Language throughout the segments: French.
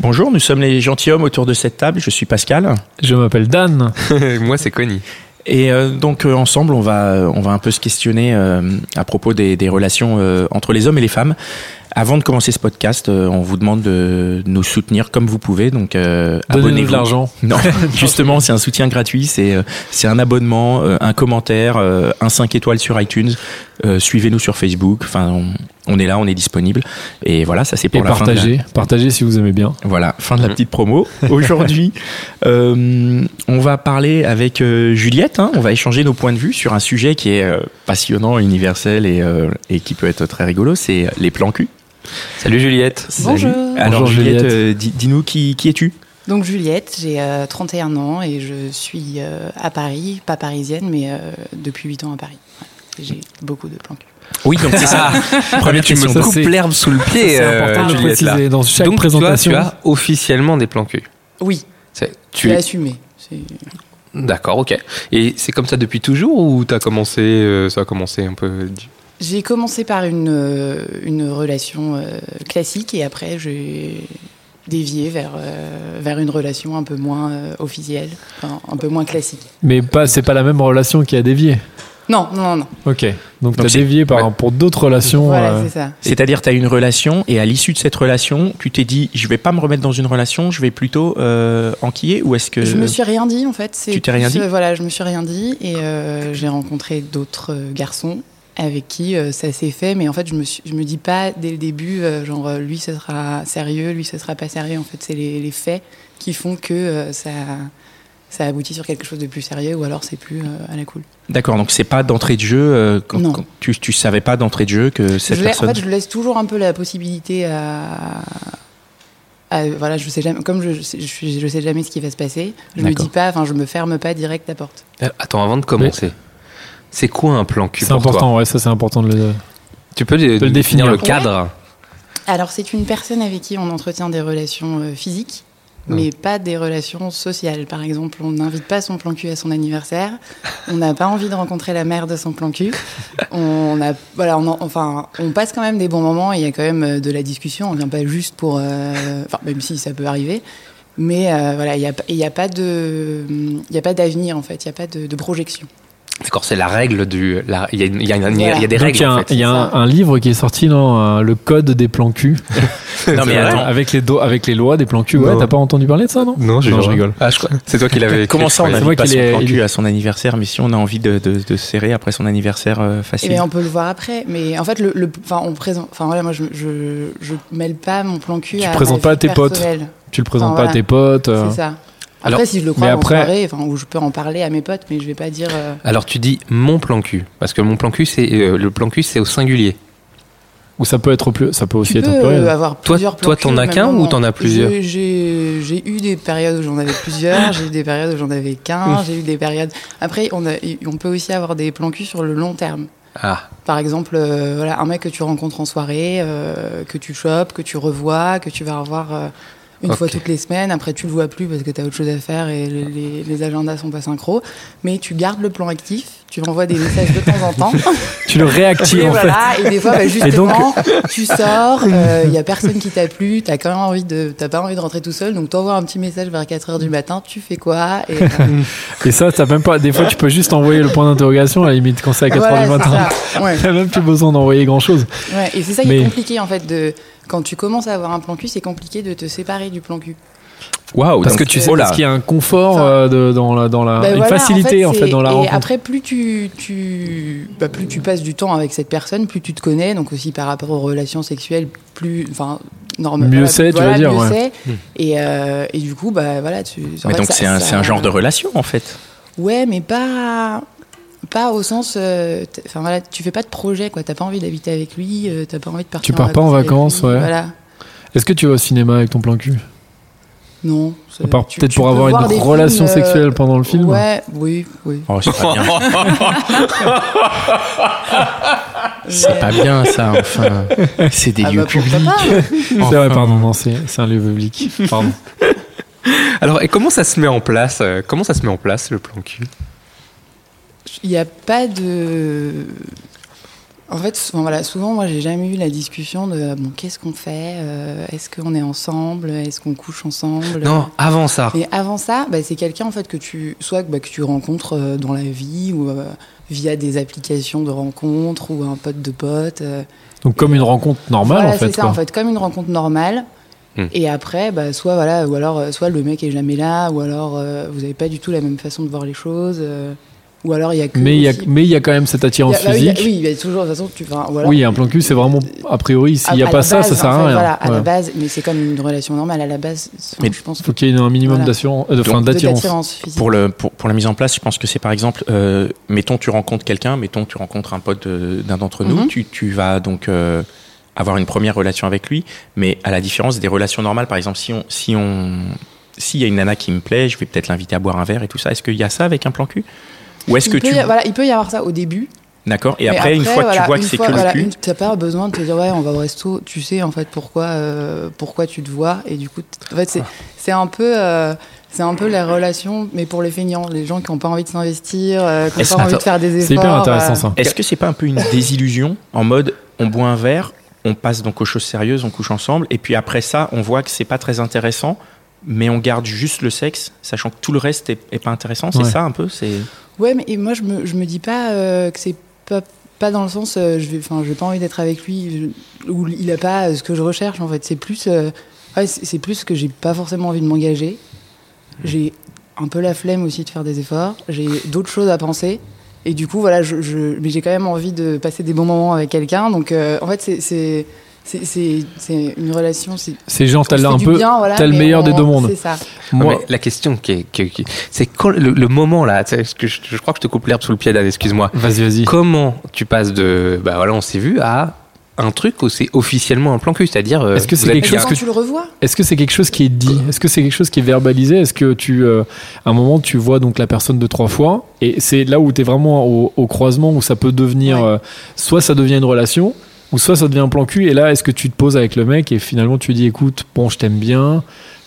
Bonjour, nous sommes les gentilshommes autour de cette table. Je suis Pascal. Je m'appelle Dan. Moi, c'est Connie. Et euh, donc, euh, ensemble, on va, on va un peu se questionner euh, à propos des, des relations euh, entre les hommes et les femmes. Avant de commencer ce podcast, euh, on vous demande de nous soutenir comme vous pouvez. Donc, euh, Donnez-nous abonnez-vous. de l'argent. Non, justement, c'est un soutien gratuit, c'est euh, c'est un abonnement, euh, un commentaire, euh, un 5 étoiles sur iTunes. euh, Suivez-nous sur Facebook. Enfin, on, on est là, on est disponible. Et voilà, ça c'est pour Et la fin. De partagez. la, Partagez si vous aimez bien. voilà, fin de la petite promo. Aujourd'hui, euh, on va parler avec euh, Juliette. hein, on va échanger nos points de vue sur un sujet qui est euh, passionnant, universel et, euh, et qui peut être très rigolo. C'est les plans cul. Salut Juliette. Salut. Bonjour. Alors Bonjour, Juliette, Juliette. euh, dis- dis-nous qui, qui es-tu Donc Juliette, j'ai euh, 31 ans et je suis euh, à Paris, pas parisienne, mais euh, depuis 8 ans à Paris. Ouais. J'ai beaucoup de plans cul. Oui, donc c'est ça. Première tu question. me ça, coupes c'est- l'herbe sous le pied, C'est euh, important de Juliette. Là. préciser dans chaque Donc, toi, présentation. tu as officiellement des plans cul. Oui, C'est- Tu tu as es... assumé. C'est- D'accord, ok. Et c'est comme ça depuis toujours ou t'as commencé, euh, ça a commencé un peu. di- J'ai commencé par une, euh, une relation euh, classique et après j'ai dévié vers, euh, vers une relation un peu moins euh, officielle, enfin, un peu moins classique. Mais pas, c'est pas la même relation qui a dévié. Non, non, non. Ok. Donc, Donc, t'as c'est- dévié par, ouais. pour d'autres relations. voilà, euh, c'est ça. C'est-à-dire, tu as une relation et à l'issue de cette relation, tu t'es dit, je vais pas me remettre dans une relation, je vais plutôt euh, enquiller ou est-ce que... Je me suis rien dit en fait. c'est Tu t'es rien plus, dit euh, Voilà, je me suis rien dit et euh, j'ai rencontré d'autres euh, garçons avec qui euh, ça s'est fait, mais en fait je me, suis- je me dis pas dès le début, euh, genre euh, lui ce sera sérieux, lui ce sera pas sérieux. En fait, c'est les, les faits qui font que euh, ça, ça aboutit sur quelque chose de plus sérieux ou alors c'est plus euh, à la cool. D'accord, donc c'est pas d'entrée de jeu, euh, quand, Non. quand tu, tu savais pas d'entrée de jeu que cette Je la- personne... En fait, je laisse toujours un peu la possibilité à. à- voilà, je sais jamais, comme je, je, sais- je suis- je sais jamais ce qui va se passer, je me D'accord. dis pas, enfin, je me ferme pas direct la porte. Euh, Attends, avant de commencer, c'est quoi un plan cul C'est pour toi important, ouais, ça c'est important de le. Tu peux dé- Peut le définir définir. le cadre Alors, c'est une personne avec qui on entretient des relations euh, physiques, mais pas des relations sociales. Par exemple, on n'invite pas son plan cul à son anniversaire, on n'a pas envie de rencontrer la mère de son plan cul. On, a, voilà, on en- enfin, on passe quand même des bons moments, il y a quand même euh, de la discussion, on vient pas juste pour. euh, Enfin, même si ça peut arriver. Mais euh, voilà, il n'y a, pas- il y a pas de- il y a pas d'avenir en fait, il n'y a pas de, de projection. D'accord, c'est la règle du. la- Il y, a une- il y a une- il y a Voilà. des Donc, règles. il y a, un, en fait. il y a un- ça. un livre qui est sorti, non euh, Le code des plans Non cul. mais C'est vrai. attends, Avec les, do- avec les lois des plans cul. Ouais, Non. t'as pas entendu parler de ça, non Non, je rigole. Ah, je crois- C'est toi qui l'avais. écrit, comment ça je on croyais. C'est moi n'invite pas qui son l'ai plan cul élu. à son anniversaire, mais si on a envie de, de, de serrer après son anniversaire euh, facile Eh bien, on peut le voir après, mais en fait, le, le- enfin, on présente, enfin voilà, moi je, je, je mêle pas mon plan cul. Tu à présentes ma pas vie à tes potes. personnelle. Tu le présentes Enfin, pas à voilà. tes potes. euh, C'est ça. Après, Alors- si je le crois mais en après- soirée, enfin, ou je peux en parler à mes potes, mais je vais pas dire. euh, Alors tu dis mon plan cul parce que mon plan cul c'est euh, le plan cul c'est au singulier. Ou ça peut être au plus, ça peut aussi tu être peux au pluriel. euh, avoir plusieurs toi, t'en plans cul au as même qu'un ou moment. t'en as plusieurs J'ai- J'ai j'ai eu des périodes où j'en avais plusieurs, j'ai eu des périodes où j'en avais qu'un, j'ai eu des périodes. Après, on, a- on peut aussi avoir des plans cul sur le long terme. Ah Par exemple, euh, voilà, un mec que tu rencontres en soirée, euh, que tu chopes, que tu revois, que tu vas revoir euh, une Ok. fois toutes les semaines. Après, tu le vois plus parce que tu as autre chose à faire et le- les, les agendas sont pas synchro. Mais tu gardes le plan actif, tu lui envoies des messages de temps en temps. Tu le et, réactives en fait. voilà, et des fois, bah, justement, donc- tu sors, il y a personne qui t'a plu, t'as quand même envie de, t'as pas envie de rentrer tout seul, donc t'envoies un petit message vers 4 heures du matin, tu fais quoi et, euh, Et ça, t'as même pas. Des fois, tu peux juste envoyer le point d'interrogation à la limite quand c'est à 4h voilà, du c'est matin. ça. Ouais. T'as même plus besoin d'envoyer grand chose. Ouais, et c'est ça qui Mais- est compliqué en fait de quand tu commences à avoir un plan cul, c'est compliqué de te séparer du plan cul. Waouh, Parce donc- que tu sais, oh là. parce qu'il y a un confort Enfin, euh, de- dans la, dans la, Bah une voilà, facilité en fait, c'est- dans la et rencontre. après plus tu tu bah, plus tu passes du temps avec cette personne, plus tu te connais, donc aussi par rapport aux relations sexuelles, plus enfin normalement Mieux c'est, tu vas dire, mieux ouais. c'est. et euh, et du coup bah voilà tu. en Hmm. Mais fait, donc ça- c'est un, ça- c'est un genre de relation en fait. Ouais mais pas. Pas au sens. euh, t'- Enfin voilà, tu fais pas de projet, quoi. T'as pas envie d'habiter avec lui, euh, t'as pas envie de partir. Tu pars pas en avec vacances, lui, ouais. Voilà. Est-ce que tu vas au cinéma avec ton plan cul Non. À part Euh, tu- peut-être tu pour peux avoir voir des une relation films, euh, sexuelle pendant le film Ouais, oui, oui. Oh, c'est pas bien. c'est Mais- pas bien, ça, enfin. C'est des Ah lieux bah, pourquoi publics. pas C'est vrai, pardon, non, c'est c'est un lieu public. Pardon. Alors, et comment ça se met en place euh, Comment ça se met en place le plan cul Il n'y a pas de. En fait, souvent, voilà, souvent moi, j'ai jamais eu la discussion de euh, bon, qu'est-ce qu'on fait Euh, Est-ce qu'on est ensemble Est-ce qu'on couche ensemble Non, avant ça. Mais avant ça, bah, c'est quelqu'un en fait que tu soit bah, que tu rencontres euh, dans la vie ou euh, via des applications de rencontres ou un pote de pote. euh. Donc, comme une rencontre normale, Voilà, en fait. c'est ça quoi. en fait, comme une rencontre normale. Hmm. Et après, bah, soit voilà, ou alors euh, soit le mec est jamais là, ou alors euh, vous n'avez pas du tout la même façon de voir les choses, euh, ou alors il y a que Mais il y a- aussi- mais il y a quand même cette Il y attirance a- bah oui, il y a- physique. Oui, il y a toujours, de toute façon, tu, enfin, voilà. Oui, un plan cul, c'est vraiment, a priori, À- s'il n'y a à pas la ça, base, ça sert en fait, à rien. Voilà, à la Ouais. base, mais c'est comme une relation normale. À la base, enfin, Mais je pense faut qu'il y ait un minimum Voilà. d'assurance, euh, de- enfin, de- d'attirance. physique. Pour, le, pour, pour la mise en place, je pense que c'est par exemple, euh, mettons tu rencontres quelqu'un, mettons tu rencontres un pote de- d'un d'entre nous, Mhm. tu, tu vas donc euh, avoir une première relation avec lui, mais à la différence des relations normales, par exemple, si on, si on, s'il y a une nana qui me plaît, je vais peut-être l'inviter à boire un verre et tout ça. Est-ce qu'il y a ça avec un plan cul Ou est-ce Il que peut tu, y a- voilà, il peut y avoir ça au début. d'accord Et mais après, une fois que voilà, tu vois que une c'est fois, que le voilà, cul, une- T'as pas besoin de te dire, ouais, on va au resto. Tu sais, en fait, pourquoi, euh, pourquoi tu te vois. Et du coup, t- en fait, c'est, Ah. c'est un peu. euh, c'est un peu la relation, mais pour les feignants, les gens qui n'ont pas envie de s'investir, euh, qui n'ont Est-ce- pas envie de attends, faire des efforts. C'est hyper euh, intéressant, ça. est-ce que c'est pas un peu une désillusion en mode on boit un verre, on passe donc aux choses sérieuses, on couche ensemble, et puis après ça, on voit que c'est pas très intéressant, mais on garde juste le sexe, sachant que tout le reste est, est pas intéressant. C'est Ouais. ça un peu C'est Ouais, mais et moi je me, je me dis pas euh, que c'est pas, pas dans le sens euh, je vais enfin j'ai pas envie d'être avec lui je- ou il a pas euh, ce que je recherche en fait, c'est plus euh, ouais, c'est c'est plus que j'ai pas forcément envie de m'engager. Mmh. J'ai un peu la flemme aussi de faire des efforts, j'ai d'autres choses à penser et du coup voilà, je, je- mais j'ai quand même envie de passer des bons moments avec quelqu'un donc euh, en fait c'est- c'est c'est- c'est c'est une relation c'est C'est genre, t'as on se là fait un du peu. bien, Ah, voilà, t'as le mais meilleur des on- deux mondes. C'est ça. Moi, Moi, la question qui est, qui est- qui est- c'est quand le, le moment là. tu sais, parce que je, je crois que je te coupe l'herbe sous le pied, Dan. Excuse-moi. vas-y, vas-y. Comment tu passes de bah voilà, on s'est vu à un truc où c'est officiellement un plan cul, c'est-à-dire euh, Est-ce que c'est vous êtes quelque Et bien. chose quand que- tu le revois Est-ce que c'est quelque chose qui est dit Est-ce que c'est quelque chose qui est verbalisé Est-ce que tu, euh, à un moment, tu vois donc la personne de trois fois et c'est là où tu es vraiment au, au croisement où ça peut devenir, Ouais. euh, soit ça devient une relation ou soit ça devient un plan cul et là, est-ce que tu te poses avec le mec et finalement tu dis, écoute, bon, je t'aime bien,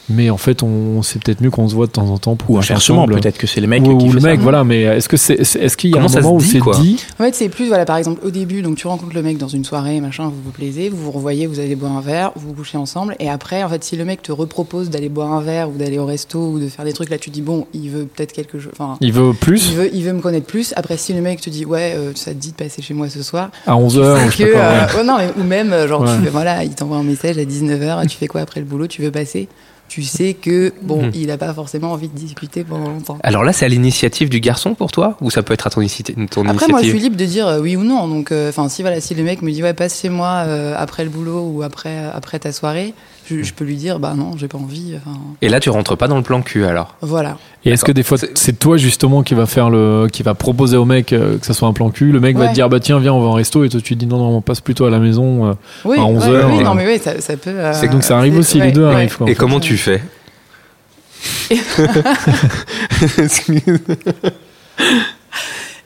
mais en fait, on c'est peut-être mieux qu'on se voit de temps en temps pour ou coucher inversement, ensemble. peut-être que c'est le mec ou, qui ou fait le ça. mec, voilà. Mais est-ce que c'est, c'est- est-ce qu'il y a Comment un ça se moment où dit, c'est quoi dit En fait, c'est plus, voilà, par exemple, au début, donc tu rencontres le mec dans une soirée, machin, vous vous plaisez, vous vous revoyez, vous allez boire un verre, vous vous couchez ensemble, et après, en fait, si le mec te repropose d'aller boire un verre ou d'aller au resto ou de faire des trucs, là, tu dis, bon, il veut peut-être quelque chose, enfin, Il veut il plus veut, il veut me connaître plus. Après, si le mec te dit, ouais, euh, ça te dit de passer chez moi ce soir, à 11 h que, euh, ouais, non, mais- ou même, euh, genre, Ouais. tu fais, voilà, il t'envoie un message à 19h, tu fais quoi après le boulot, tu veux passer tu sais que, bon, Mhm. il n'a pas forcément envie de discuter pendant longtemps. Alors là, c'est à l'initiative du garçon pour toi, ou ça peut être à ton, initi- ton Après, initiative. moi, je suis libre de dire euh, oui ou non. Donc, enfin, si voilà, si le mec me dit ouais, passe chez moi euh, après le boulot ou après euh, après ta soirée, je, je peux lui dire bah non, j'ai pas envie. Enfin, Et là, tu rentres pas dans le plan cul alors. voilà. Et est-ce que des fois, C'est- c'est toi justement qui va faire le, qui va proposer au mec euh, que ça soit un plan cul, le mec va Ouais. te dire bah tiens viens on va en resto et toi tu te dis non non on passe plutôt à la maison. euh. Oui, À 11 heures, oui, euh, non, mais oui, ça, ça peut. euh, C'est que donc ça arrive c'est- aussi, les ouais, deux hein, ouais. arrivent quoi. Et comment tu fais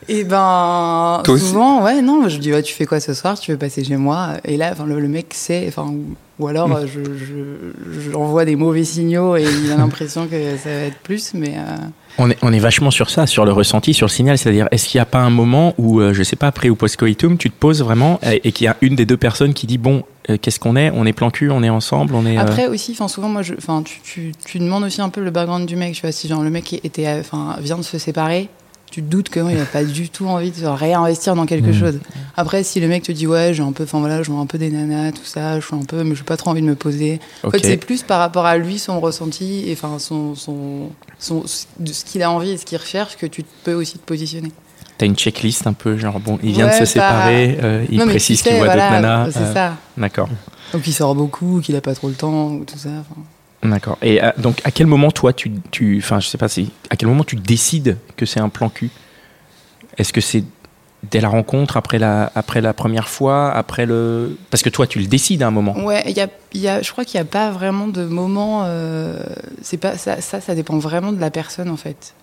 Et ben, Toi aussi souvent, ouais, non, je dis ouais, tu fais quoi ce soir Tu veux passer chez moi Et là, 'fin, le, le mec sait, enfin, ou, ou alors Mm. euh, je, je, je envoie des mauvais signaux et il a l'impression que ça va être plus, mais. euh, On est, on est vachement sur ça, sur le ressenti, sur le signal. C'est-à-dire, est-ce qu'il n'y a pas un moment où, euh, je sais pas, après ou post-coitum, tu te poses vraiment euh, et, qu'il y a une des deux personnes qui dit bon, euh, qu'est-ce qu'on est On est plan cul, on est ensemble, on est. euh, Après aussi, enfin souvent moi, je, enfin tu, tu, tu demandes aussi un peu le background du mec. Tu vois, si genre le mec était, euh, enfin vient de se séparer, tu te doutes que non, il a pas du tout envie de se réinvestir dans Mm. quelque Mhm. chose. Après, si le mec te dit ouais, j'ai un peu, enfin voilà, je vois un peu des nanas, tout ça, je suis un peu, mais j'ai pas trop envie de me poser. En ok. fait, c'est plus par rapport à lui, son ressenti et enfin son, son, son, de ce qu'il a envie et ce qu'il recherche que tu peux aussi te positionner. T'as une checklist un peu, genre bon, il vient Ouais, de se pas- séparer, euh, il Non, mais précise tu sais, qu'il voit voilà, d'autres nanas. C'est euh, ça. D'accord, Donc il sort beaucoup, qu'il a pas trop le temps ou tout ça. enfin. d'accord. Et euh, donc, à quel moment toi, tu, tu, enfin, je sais pas si, à quel moment tu décides que c'est un plan cul Est-ce que c'est dès la rencontre, après la, après la première fois, après le. Parce que toi, tu le décides à un moment. Ouais, il y a, il y a- je crois qu'il n'y a pas vraiment de moment. euh, c'est pas ça, ça, ça dépend vraiment de la personne en fait.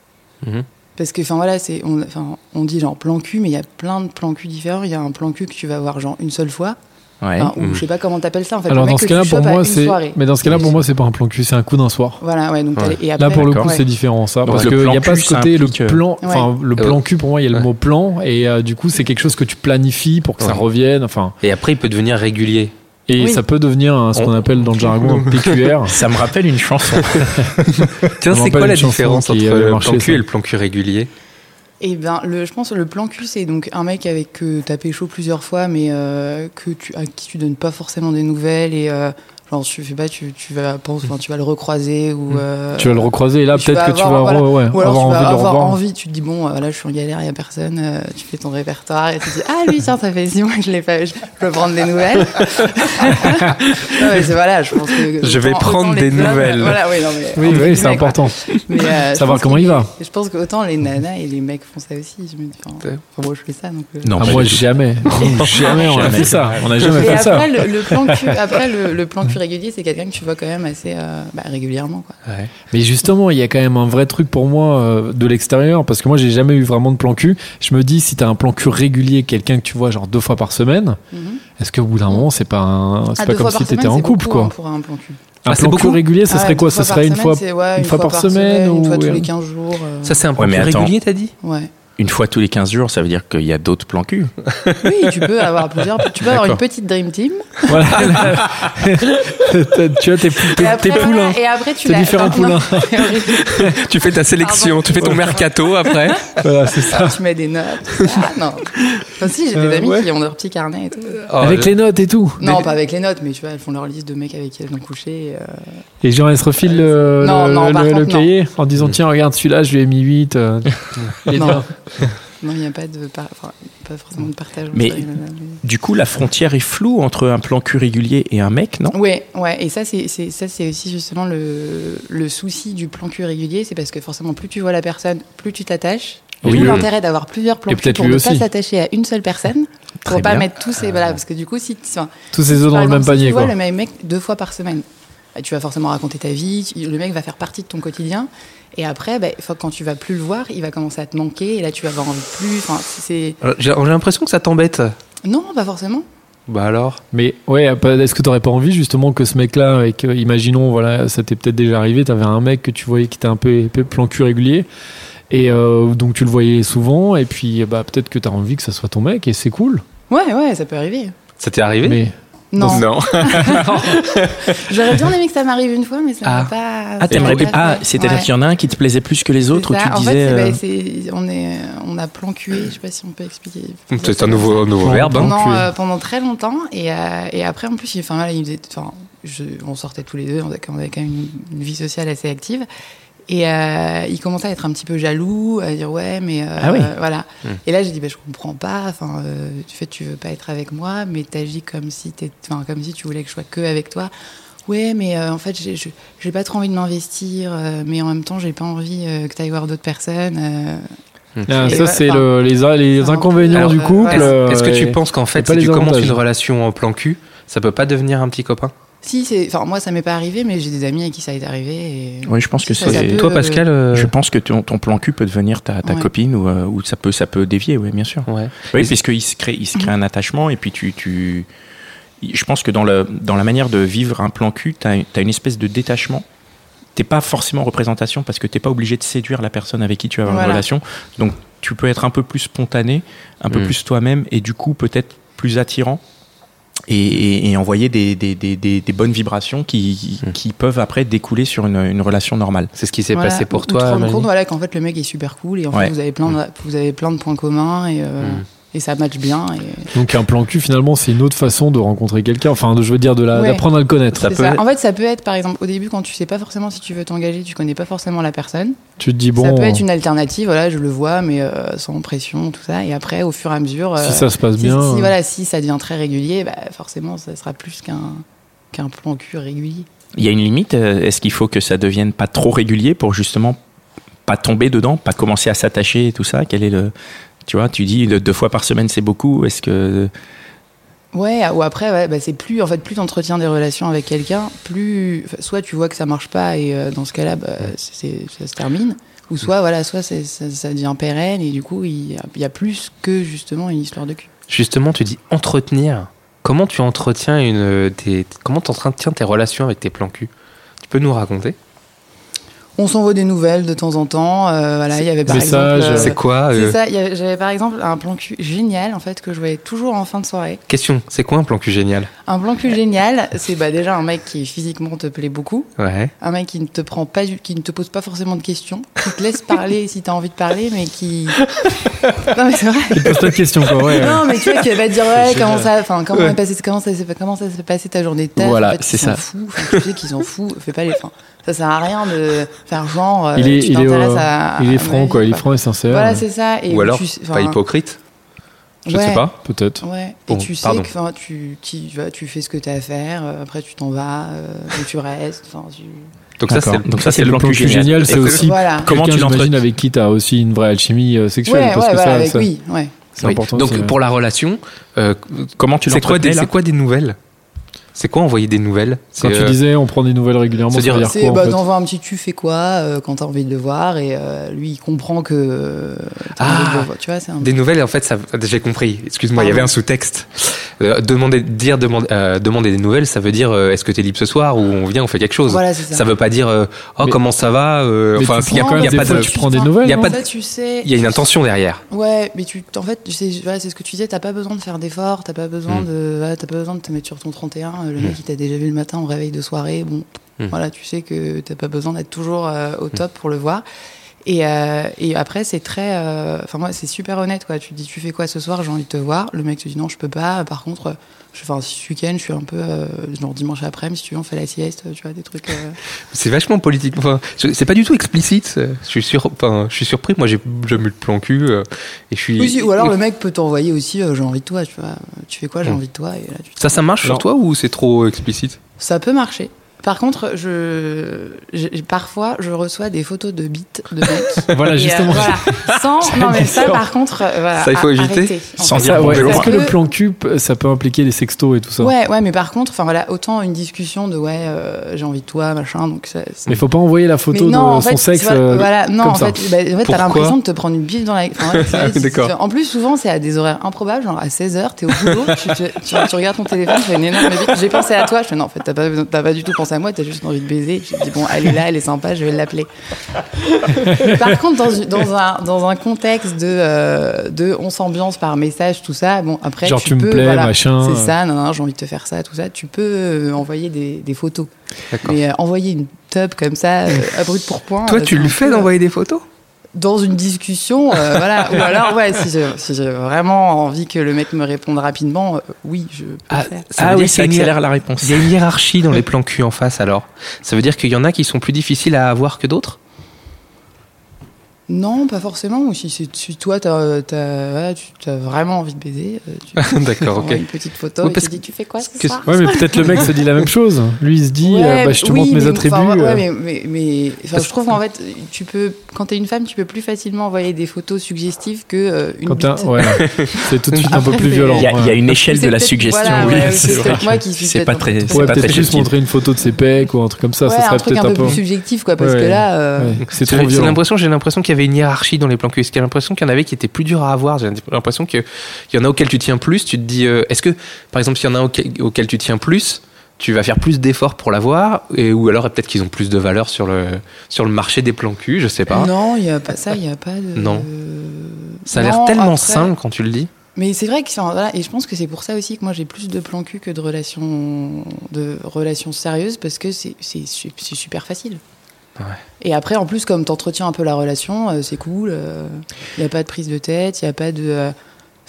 Mhm. Parce que, enfin voilà, c'est on, enfin, on dit genre plan cul, mais il y a plein de plans cul différents. Il y a un plan cul que tu vas voir genre une seule fois, Ouais. Enfin, ou Mhm. je sais pas comment t'appelles ça en fait. Alors le mec dans ce que tu cas-là, pour chopes à moi, une c'est. soirée. Mais dans ce cas-là, pour moi, c'est pas un plan cul, c'est un coup d'un soir. Voilà, ouais. Donc Ouais. t'as- et après, Là, pour le coup, ouais. c'est différent, ça. Donc, parce le qu'il plan n'y a pas cul, ce ça côté, le implique, euh, plan, enfin, le Euh, plan cul, pour moi, il y a le ouais. mot plan, et euh, du coup, c'est quelque chose que tu planifies pour que ça Ouais. revienne, enfin. Et après, il peut devenir régulier. Et Oui. ça peut devenir un- ce qu'on On- appelle dans le jargon un PQR. Ça me rappelle une chanson. Tiens, me c'est rappelle quoi la une chanson différence qui entre avait le marché, plan cul ça. et le plan cul régulier Et ben, le, je pense que le plan cul, c'est donc un mec avec que t'as pécho plusieurs fois, mais euh, que tu, à qui tu donnes pas forcément des nouvelles et euh, genre tu fais pas, tu, tu vas penser, enfin, tu vas le recroiser ou euh, Mm. tu vas le recroiser, et là, tu vas peut-être que tu vas avoir, voilà. re- ouais, ou alors Hein avoir tu vas envie de le avoir revoir. envie. Tu te dis bon, euh, là je suis en galère, y a personne. euh, tu fais ton répertoire et tu te dis ah lui tiens ça fait six mois que je l'ai pas, je peux prendre des nouvelles. non mais c'est voilà, je pense que Je vais autant- prendre autant des les hommes, nouvelles. Voilà, oui, non, mais, Oui, entre oui, c'est guillemets, quoi. important. Mais, euh, je Savoir pense comment que- il va. Je pense qu'autant les nanas et les mecs font ça aussi. Je me dis, enfin, Ouais. enfin, moi je fais ça donc. euh. Non, Ah, pas moi, du tout. jamais. jamais on a fait ça. On n'a jamais Et fait ça. après, le, le plan cul, après le, le plan cul régulier, c'est quelqu'un que tu vois quand même assez euh, bah, régulièrement. Quoi. Mais justement, il y a quand même un vrai truc pour moi euh, de l'extérieur, parce que moi, j'ai jamais eu vraiment de plan cul. Je me dis, si t'as un plan cul régulier, quelqu'un que tu vois genre deux fois par semaine, Mhm. est-ce qu'au bout d'un moment, c'est pas un- c'est Ah, pas deux comme fois si par t'étais semaine, en c'est couple, beaucoup, hein, quoi. Pour un plan cul. Un Ah, c'est plan cul beaucoup régulier, ça Ah, serait deux quoi Ça fois serait par une fois. semaine, c'est, ouais, une fois par semaine une ou- fois tous les 15 jours. euh, Ça, c'est un plan Ouais, mais cul attends. régulier, t'as dit ouais. Une fois tous les 15 jours, ça veut dire qu'il y a d'autres plans cul. Oui, tu peux avoir plusieurs. Tu peux avoir une D'accord. petite dream team. Voilà. T'as- tu as tes, pou- Et tes- après, tes poulains. voilà, Et après, tu Tes l'as- différents enfin, non, Tu fais ta sélection, Pardon. tu fais ton mercato après. Voilà, c'est ça. tu mets des notes. tout ça. non. Enfin, si, j'ai des Ah. Euh, amis ouais. qui ont leur petit carnet et tout. Ah, euh, Avec les notes et tout. Non, pas avec les notes, mais tu vois, elles font leur liste de mecs avec qui elles ont couché. euh. Et genre, elle se refile le, Non, le- non, par le- le contre, non. cahier en disant Tiens, regarde celui-là, je lui ai mis 8. euh, il est Non. bien. Non, il n'y a pas de, par- enfin, pas forcément de partage. Mais- entre les nanas, mais- Du coup, la frontière est floue entre un plan cul régulier et un mec, non Ouais, ouais, et ça c'est, c'est- ça c'est aussi justement le, le souci du plan cul régulier, c'est parce que forcément plus tu vois la personne, plus tu t'attaches. Oui, D'où oui. l'intérêt d'avoir plusieurs plans Et cul peut-être pour lui ne aussi. Euh, pas s'attacher à une seule personne, pour Très pas bien. mettre tous et voilà, parce que du coup si, tu- enfin, Tous ces œufs dans par le même exemple, si panier, tu vois quoi. le même mec deux fois par semaine, bah, tu vas forcément raconter ta vie, tu- le mec va faire partie de ton quotidien, et après bah, faut- quand tu vas plus le voir, il va commencer à te manquer, et là tu vas avoir envie de plus. Enfin, c'est J'ai j'ai l'impression que ça t'embête. non pas forcément. Bah alors Mais ouais, euh, pas- est-ce que t'aurais pas envie justement que ce mec-là, avec, euh, imaginons, voilà, ça t'est peut-être déjà arrivé, t'avais un mec que tu voyais qui était un peu, épais, plan cul régulier, et euh, donc tu le voyais souvent, et puis bah, peut-être que t'as envie que ça soit ton mec, et c'est cool. Ouais ouais ça peut arriver. Ça t'est arrivé Mais Non. Non. J'aurais bien aimé que ça m'arrive une fois, mais ça Ah. m'a pas. Ah, t'aimerais bien. Ah, c'était c'est-à-dire qu'il y en a un qui te plaisait plus que les autres, où tu En disais. fait, c'est- euh, bah, c'est- on, est, on a plancué, je sais pas si on peut expliquer. C'est un nouveau, un nouveau Plan- verbe. hein. Pendant, plancué. euh, pendant très longtemps, et, euh, et après, en plus, il, enfin, voilà, il faisait- enfin, je- on sortait tous les deux, on avait, on avait quand même une, une vie sociale assez active. Et euh, il commençait à être un petit peu jaloux, à dire ouais, mais euh, Ah oui. euh, voilà. Hmm. Et là, j'ai dit bah, je comprends pas. Enfin, euh, tu fais, tu veux pas être avec moi, mais t'agis comme si t'es, enfin, comme si tu voulais que je sois que avec toi. Ouais, mais euh, en fait, j'ai- je- j'ai pas trop envie de m'investir, euh, mais en même temps, j'ai pas envie euh, que t'ailles voir d'autres personnes. euh. Ah, Et ça, ouais, bah, c'est enfin, le- les, les c'est un peu, inconvénients euh, du couple. Est-ce- euh, Est-ce que tu et- penses qu'en et fait, pas si les tu commences avantages. une relation en plan cul, ça peut pas devenir un petit copain Si, c'est, enfin, moi, ça m'est pas arrivé, mais j'ai des amis à qui ça est arrivé. Et... Oui, je pense que Ça, c'est. ça peut- Toi, Pascal euh, Je pense que ton, ton plan cul peut devenir ta, ta Ouais. copine ou, euh, ou ça peut ça peut dévier, oui, bien sûr. Ouais. Oui, puisqu'il se crée il se crée un attachement et puis tu tu. Je pense que dans le dans la manière de vivre un plan cul, t'as as une espèce de détachement. T'es pas forcément en représentation parce que t'es pas obligé de séduire la personne avec qui tu as une Voilà. relation. Donc tu peux être un peu plus spontané, un peu Mm. plus toi-même et du coup peut-être plus attirant. Et, et- et envoyer des, des, des, des, des bonnes vibrations qui, Mm. qui peuvent après découler sur une, une relation normale. C'est ce qui s'est Voilà, passé ou pour tu te toi. rends Mélanie compte voilà, qu'en fait le mec est super cool et en fait, Ouais. vous, avez plein de, vous avez plein de points communs et, euh, Mm. et ça match bien. et- Donc un plan cul, finalement, c'est une autre façon de rencontrer quelqu'un, enfin, de- je veux dire, de la- Ouais. d'apprendre à le connaître. c'est ça. En fait, ça peut être par exemple au début quand tu sais pas forcément si tu veux t'engager, tu connais pas forcément la personne. Tu te dis, bon, ça peut être une alternative, voilà, je le vois, mais euh, sans pression, tout ça. Et après, au fur et à mesure, euh, si ça se passe si- bien. si, euh, voilà, si ça devient très régulier, bah, forcément, ça sera plus qu'un qu'un plan cul régulier. Il y a une limite euh, Est-ce qu'il faut que ça devienne pas trop régulier pour justement pas tomber dedans, pas commencer à s'attacher et tout ça Quel est le Tu vois, tu dis deux, deux fois par semaine, c'est beaucoup. Est-ce que Ouais, ou après, ouais, bah, c'est plus, en fait, plus t'entretiens des relations avec quelqu'un, plus, enfin, soit tu vois que ça marche pas et euh, dans ce cas-là, bah, c'est- c'est- ça se termine, ou soit, voilà, soit c'est- ça, ça devient pérenne et du coup, il y, a- il y a plus que justement une histoire de cul. Justement, tu dis entretenir. Comment tu entretiens une, euh, tes, comment t'entretiens tes relations avec tes plans cul Tu peux nous raconter On s'envoie des nouvelles de temps en temps, euh, voilà, il y avait par Message, exemple. Euh, C'est quoi euh, C'est ça, il y avait- j'avais par exemple un plan cul génial en fait que je voyais toujours en fin de soirée. Question, c'est quoi un plan cul génial Un plan cul génial, c'est bah, déjà un mec qui physiquement te plaît beaucoup, Ouais. un mec qui ne te prend pas, du- qui ne te pose pas forcément de questions, qui te laisse parler si t'as envie de parler, mais qui non mais c'est vrai. Pose pas de questions, quoi. ouais, ouais. Non mais tu vois qui va pas te dire ouais C'est comment génial. ça, enfin comment Ouais. est passé, comment ça s'est comment ça s'est passé ta journée de taf. Voilà, En fait, ils c'est s'en ça. foutent. Enfin, tu sais qu'ils s'en foutent, fais pas les fins. Ça sert à rien de faire genre. euh, Il est, tu il est, t'intéresses euh, à- il est à ma franc, vie, quoi. Il est franc et sincère. Ah, bah, Voilà c'est ça. Et Ou alors, tu sais- pas enfin, hypocrite Je ouais. sais pas. Peut-être. Ouais. Bon, et tu sais pardon. que 'fin, tu, tu, tu vois, tu fais ce que tu as à faire, euh, après tu t'en vas, euh, ou tu restes. 'fin, Tu... Donc ça, c'est le- donc ça c'est le plan plan cul cul génial. génial, c'est Et- aussi Voilà. Comment quelqu'un, tu l'entretiens j'imagine, avec qui t'as aussi une vraie alchimie euh, sexuelle. Ouais, ouais, parce que voilà, ça, avec ça, oui. Ouais. c'est Oui. important. Donc c'est- pour la relation, euh, Comment tu c'est quoi, l'entretenais des- là c'est quoi des nouvelles C'est quoi envoyer des nouvelles Quand C'est, tu euh, disais on prend des nouvelles régulièrement, ça se veut dire, dire C'est quoi bah, en fait t'envoies un petit tu fais quoi euh, quand t'as envie de le voir et euh, lui il comprend que euh, t'as Ah, envie de le voir. tu vois c'est un Des nouvelles, en fait, ça, j'ai compris. Excuse-moi, il y Pardon. avait un sous-texte. Euh, demander, dire, demander, euh, demander des nouvelles, ça veut dire euh, est-ce que t'es libre ce soir ou on vient, on fait quelque chose. voilà c'est ça. Ça veut pas dire euh, oh Mais- comment ça va. euh, Mais enfin, tu il y a, prends quand même- des il y a pas fois, de, tu- tu prends des nouvelles. il y a non pas en de- fait, tu sais il y a une intention derrière. ouais mais tu en fait c'est voilà, c'est ce que tu disais t'as pas besoin de faire d'efforts t'as pas besoin Mm. de voilà, t'as pas besoin de te mettre sur ton 31 euh, le mec il t'a déjà vu le matin au réveil de soirée bon Mm. voilà tu sais que t'as pas besoin d'être toujours euh, au top pour le voir et, euh, et après c'est très euh, enfin moi c'est super honnête quoi tu te dis tu fais quoi ce soir j'ai envie de te voir le mec te dit non je peux pas par contre euh, je enfin ce week-end je suis un peu euh, genre dimanche après-midi si tu veux on fait la sieste tu vois des trucs euh, C'est vachement politique. Enfin, je- c'est pas du tout explicite. euh, Je suis sur, enfin, je suis surpris. Moi, j'ai jamais eu de plan cul euh, et Mm. je suis. Oui, si, ou alors le mec peut t'envoyer aussi euh, j'ai envie de toi, tu vois. Tu fais quoi, j'ai envie de toi et là, tu te- Ça, ça marche Non. sur toi ou c'est trop explicite Ça peut marcher. Par contre, je, j'ai- parfois je reçois des photos de bites de mecs. Voilà, Et, Ah, euh, justement. voilà. Sans, non mais ça différent. par contre, euh, voilà, Ça, il faut ar- éviter. arrêtez, en Sans fait. dire Ça, ouais, bonjour. Est-ce que le Euh, plan cul, ça peut impliquer les sextos et tout ça Ouais, ouais, mais par contre, enfin voilà, autant une discussion de ouais, euh, j'ai envie de toi, machin, donc ça. c'est- Mais faut pas envoyer la Mais photo non, en de son fait, sexe. tu vois, euh, voilà, non, comme en ça. fait, bah, en fait, Pourquoi t'as l'impression de te prendre une bille dans la. enfin, ouais, c'est- c'est- D'accord. c'est- En plus, souvent, c'est à des horaires improbables, genre à 16h, t'es au boulot, tu, tu- tu- tu regardes ton téléphone, tu fais une énorme bite. J'ai pensé à toi, je fais non, en fait, t'as pas, besoin- t'as pas du tout pensé à moi, t'as juste envie de baiser. Je dis bon, elle est là, elle est sympa, je vais l'appeler. Par contre, dans, une- dans un, dans un contexte de, euh, de on s'ambiance par message, tout ça, bon, après, Genre, tu me peux, plais, voilà, machin. C'est ça, non, non, j'ai envie de te faire ça, tout ça, tu peux euh, envoyer des, des photos. D'accord. Mais euh, envoyer une tub comme ça, euh, à brut pour point. Toi, euh, tu c'est le un fais peu, euh, d'envoyer des photos Dans une discussion, euh, voilà. Ou alors, ouais, si j'ai si j'ai vraiment envie que le mec me réponde rapidement, euh, oui, je peux le faire. Ah oui, ça accélère la réponse. Il y a une hiérarchie dans les plans cul en face alors. Ça veut dire qu'il y en a qui sont plus difficiles à avoir que d'autres Non, pas forcément. Ou si, c'est- si toi, t'as as, vraiment envie de baiser, euh, tu D'accord, t'envoies une petite photo Oui, et parce tu dis tu fais quoi ce que- soir Ouais, mais peut-être le mec se dit la même chose. Lui, il se dit, euh, bah, je te oui, montre mes mais- attributs. enfin, ouais, euh, mais, mais- mais- enfin, Parce- je trouve qu'en fait, tu peux, quand t'es une femme, tu peux plus facilement envoyer des photos suggestives que euh, une quand t'as- bite. ouais, c'est tout de suite un peu Après, plus c'est- violent. Il y, a, ouais. il y a une échelle de C'est la peut-être- suggestion. voilà, oui, ouais, ouais, c'est c'est vrai. peut-être moi qui suis C'est pas peut-être un très, peu- c'est Ouais, pas peut-être très juste subtil. montrer une photo de ses pecs ou un truc comme ça, Ouais, ça serait un truc peut-être un un peu peu. plus subjectif, quoi, parce Ouais. que là, euh, Ouais, C'est J'ai trop j'ai violent. l'impression, j'ai l'impression qu'il y avait une hiérarchie dans les plans cul. Est-ce qu'il y a l'impression qu'il y en avait qui étaient plus durs à avoir J'ai l'impression qu'il y en a auxquels tu tiens plus. Tu te dis, euh, est-ce que, par exemple, s'il y en a auxquels, auxquels tu tiens plus, tu vas faire plus d'efforts pour l'avoir et ou alors peut-être qu'ils ont plus de valeur sur le sur le marché des plans cul. Je sais pas. Non, il y a pas ça, il y a pas de. Non. Ça a l'air Non, tellement après- simple quand tu le dis. Mais c'est vrai que c'est un- voilà, et je pense que c'est pour ça aussi que moi j'ai plus de plans cul que de relations de relations sérieuses parce que c'est c'est su- c'est super facile. Ouais. Et après en plus comme t'entretiens un peu la relation, euh, c'est cool. Il y a pas de prise de tête, il y a pas de euh,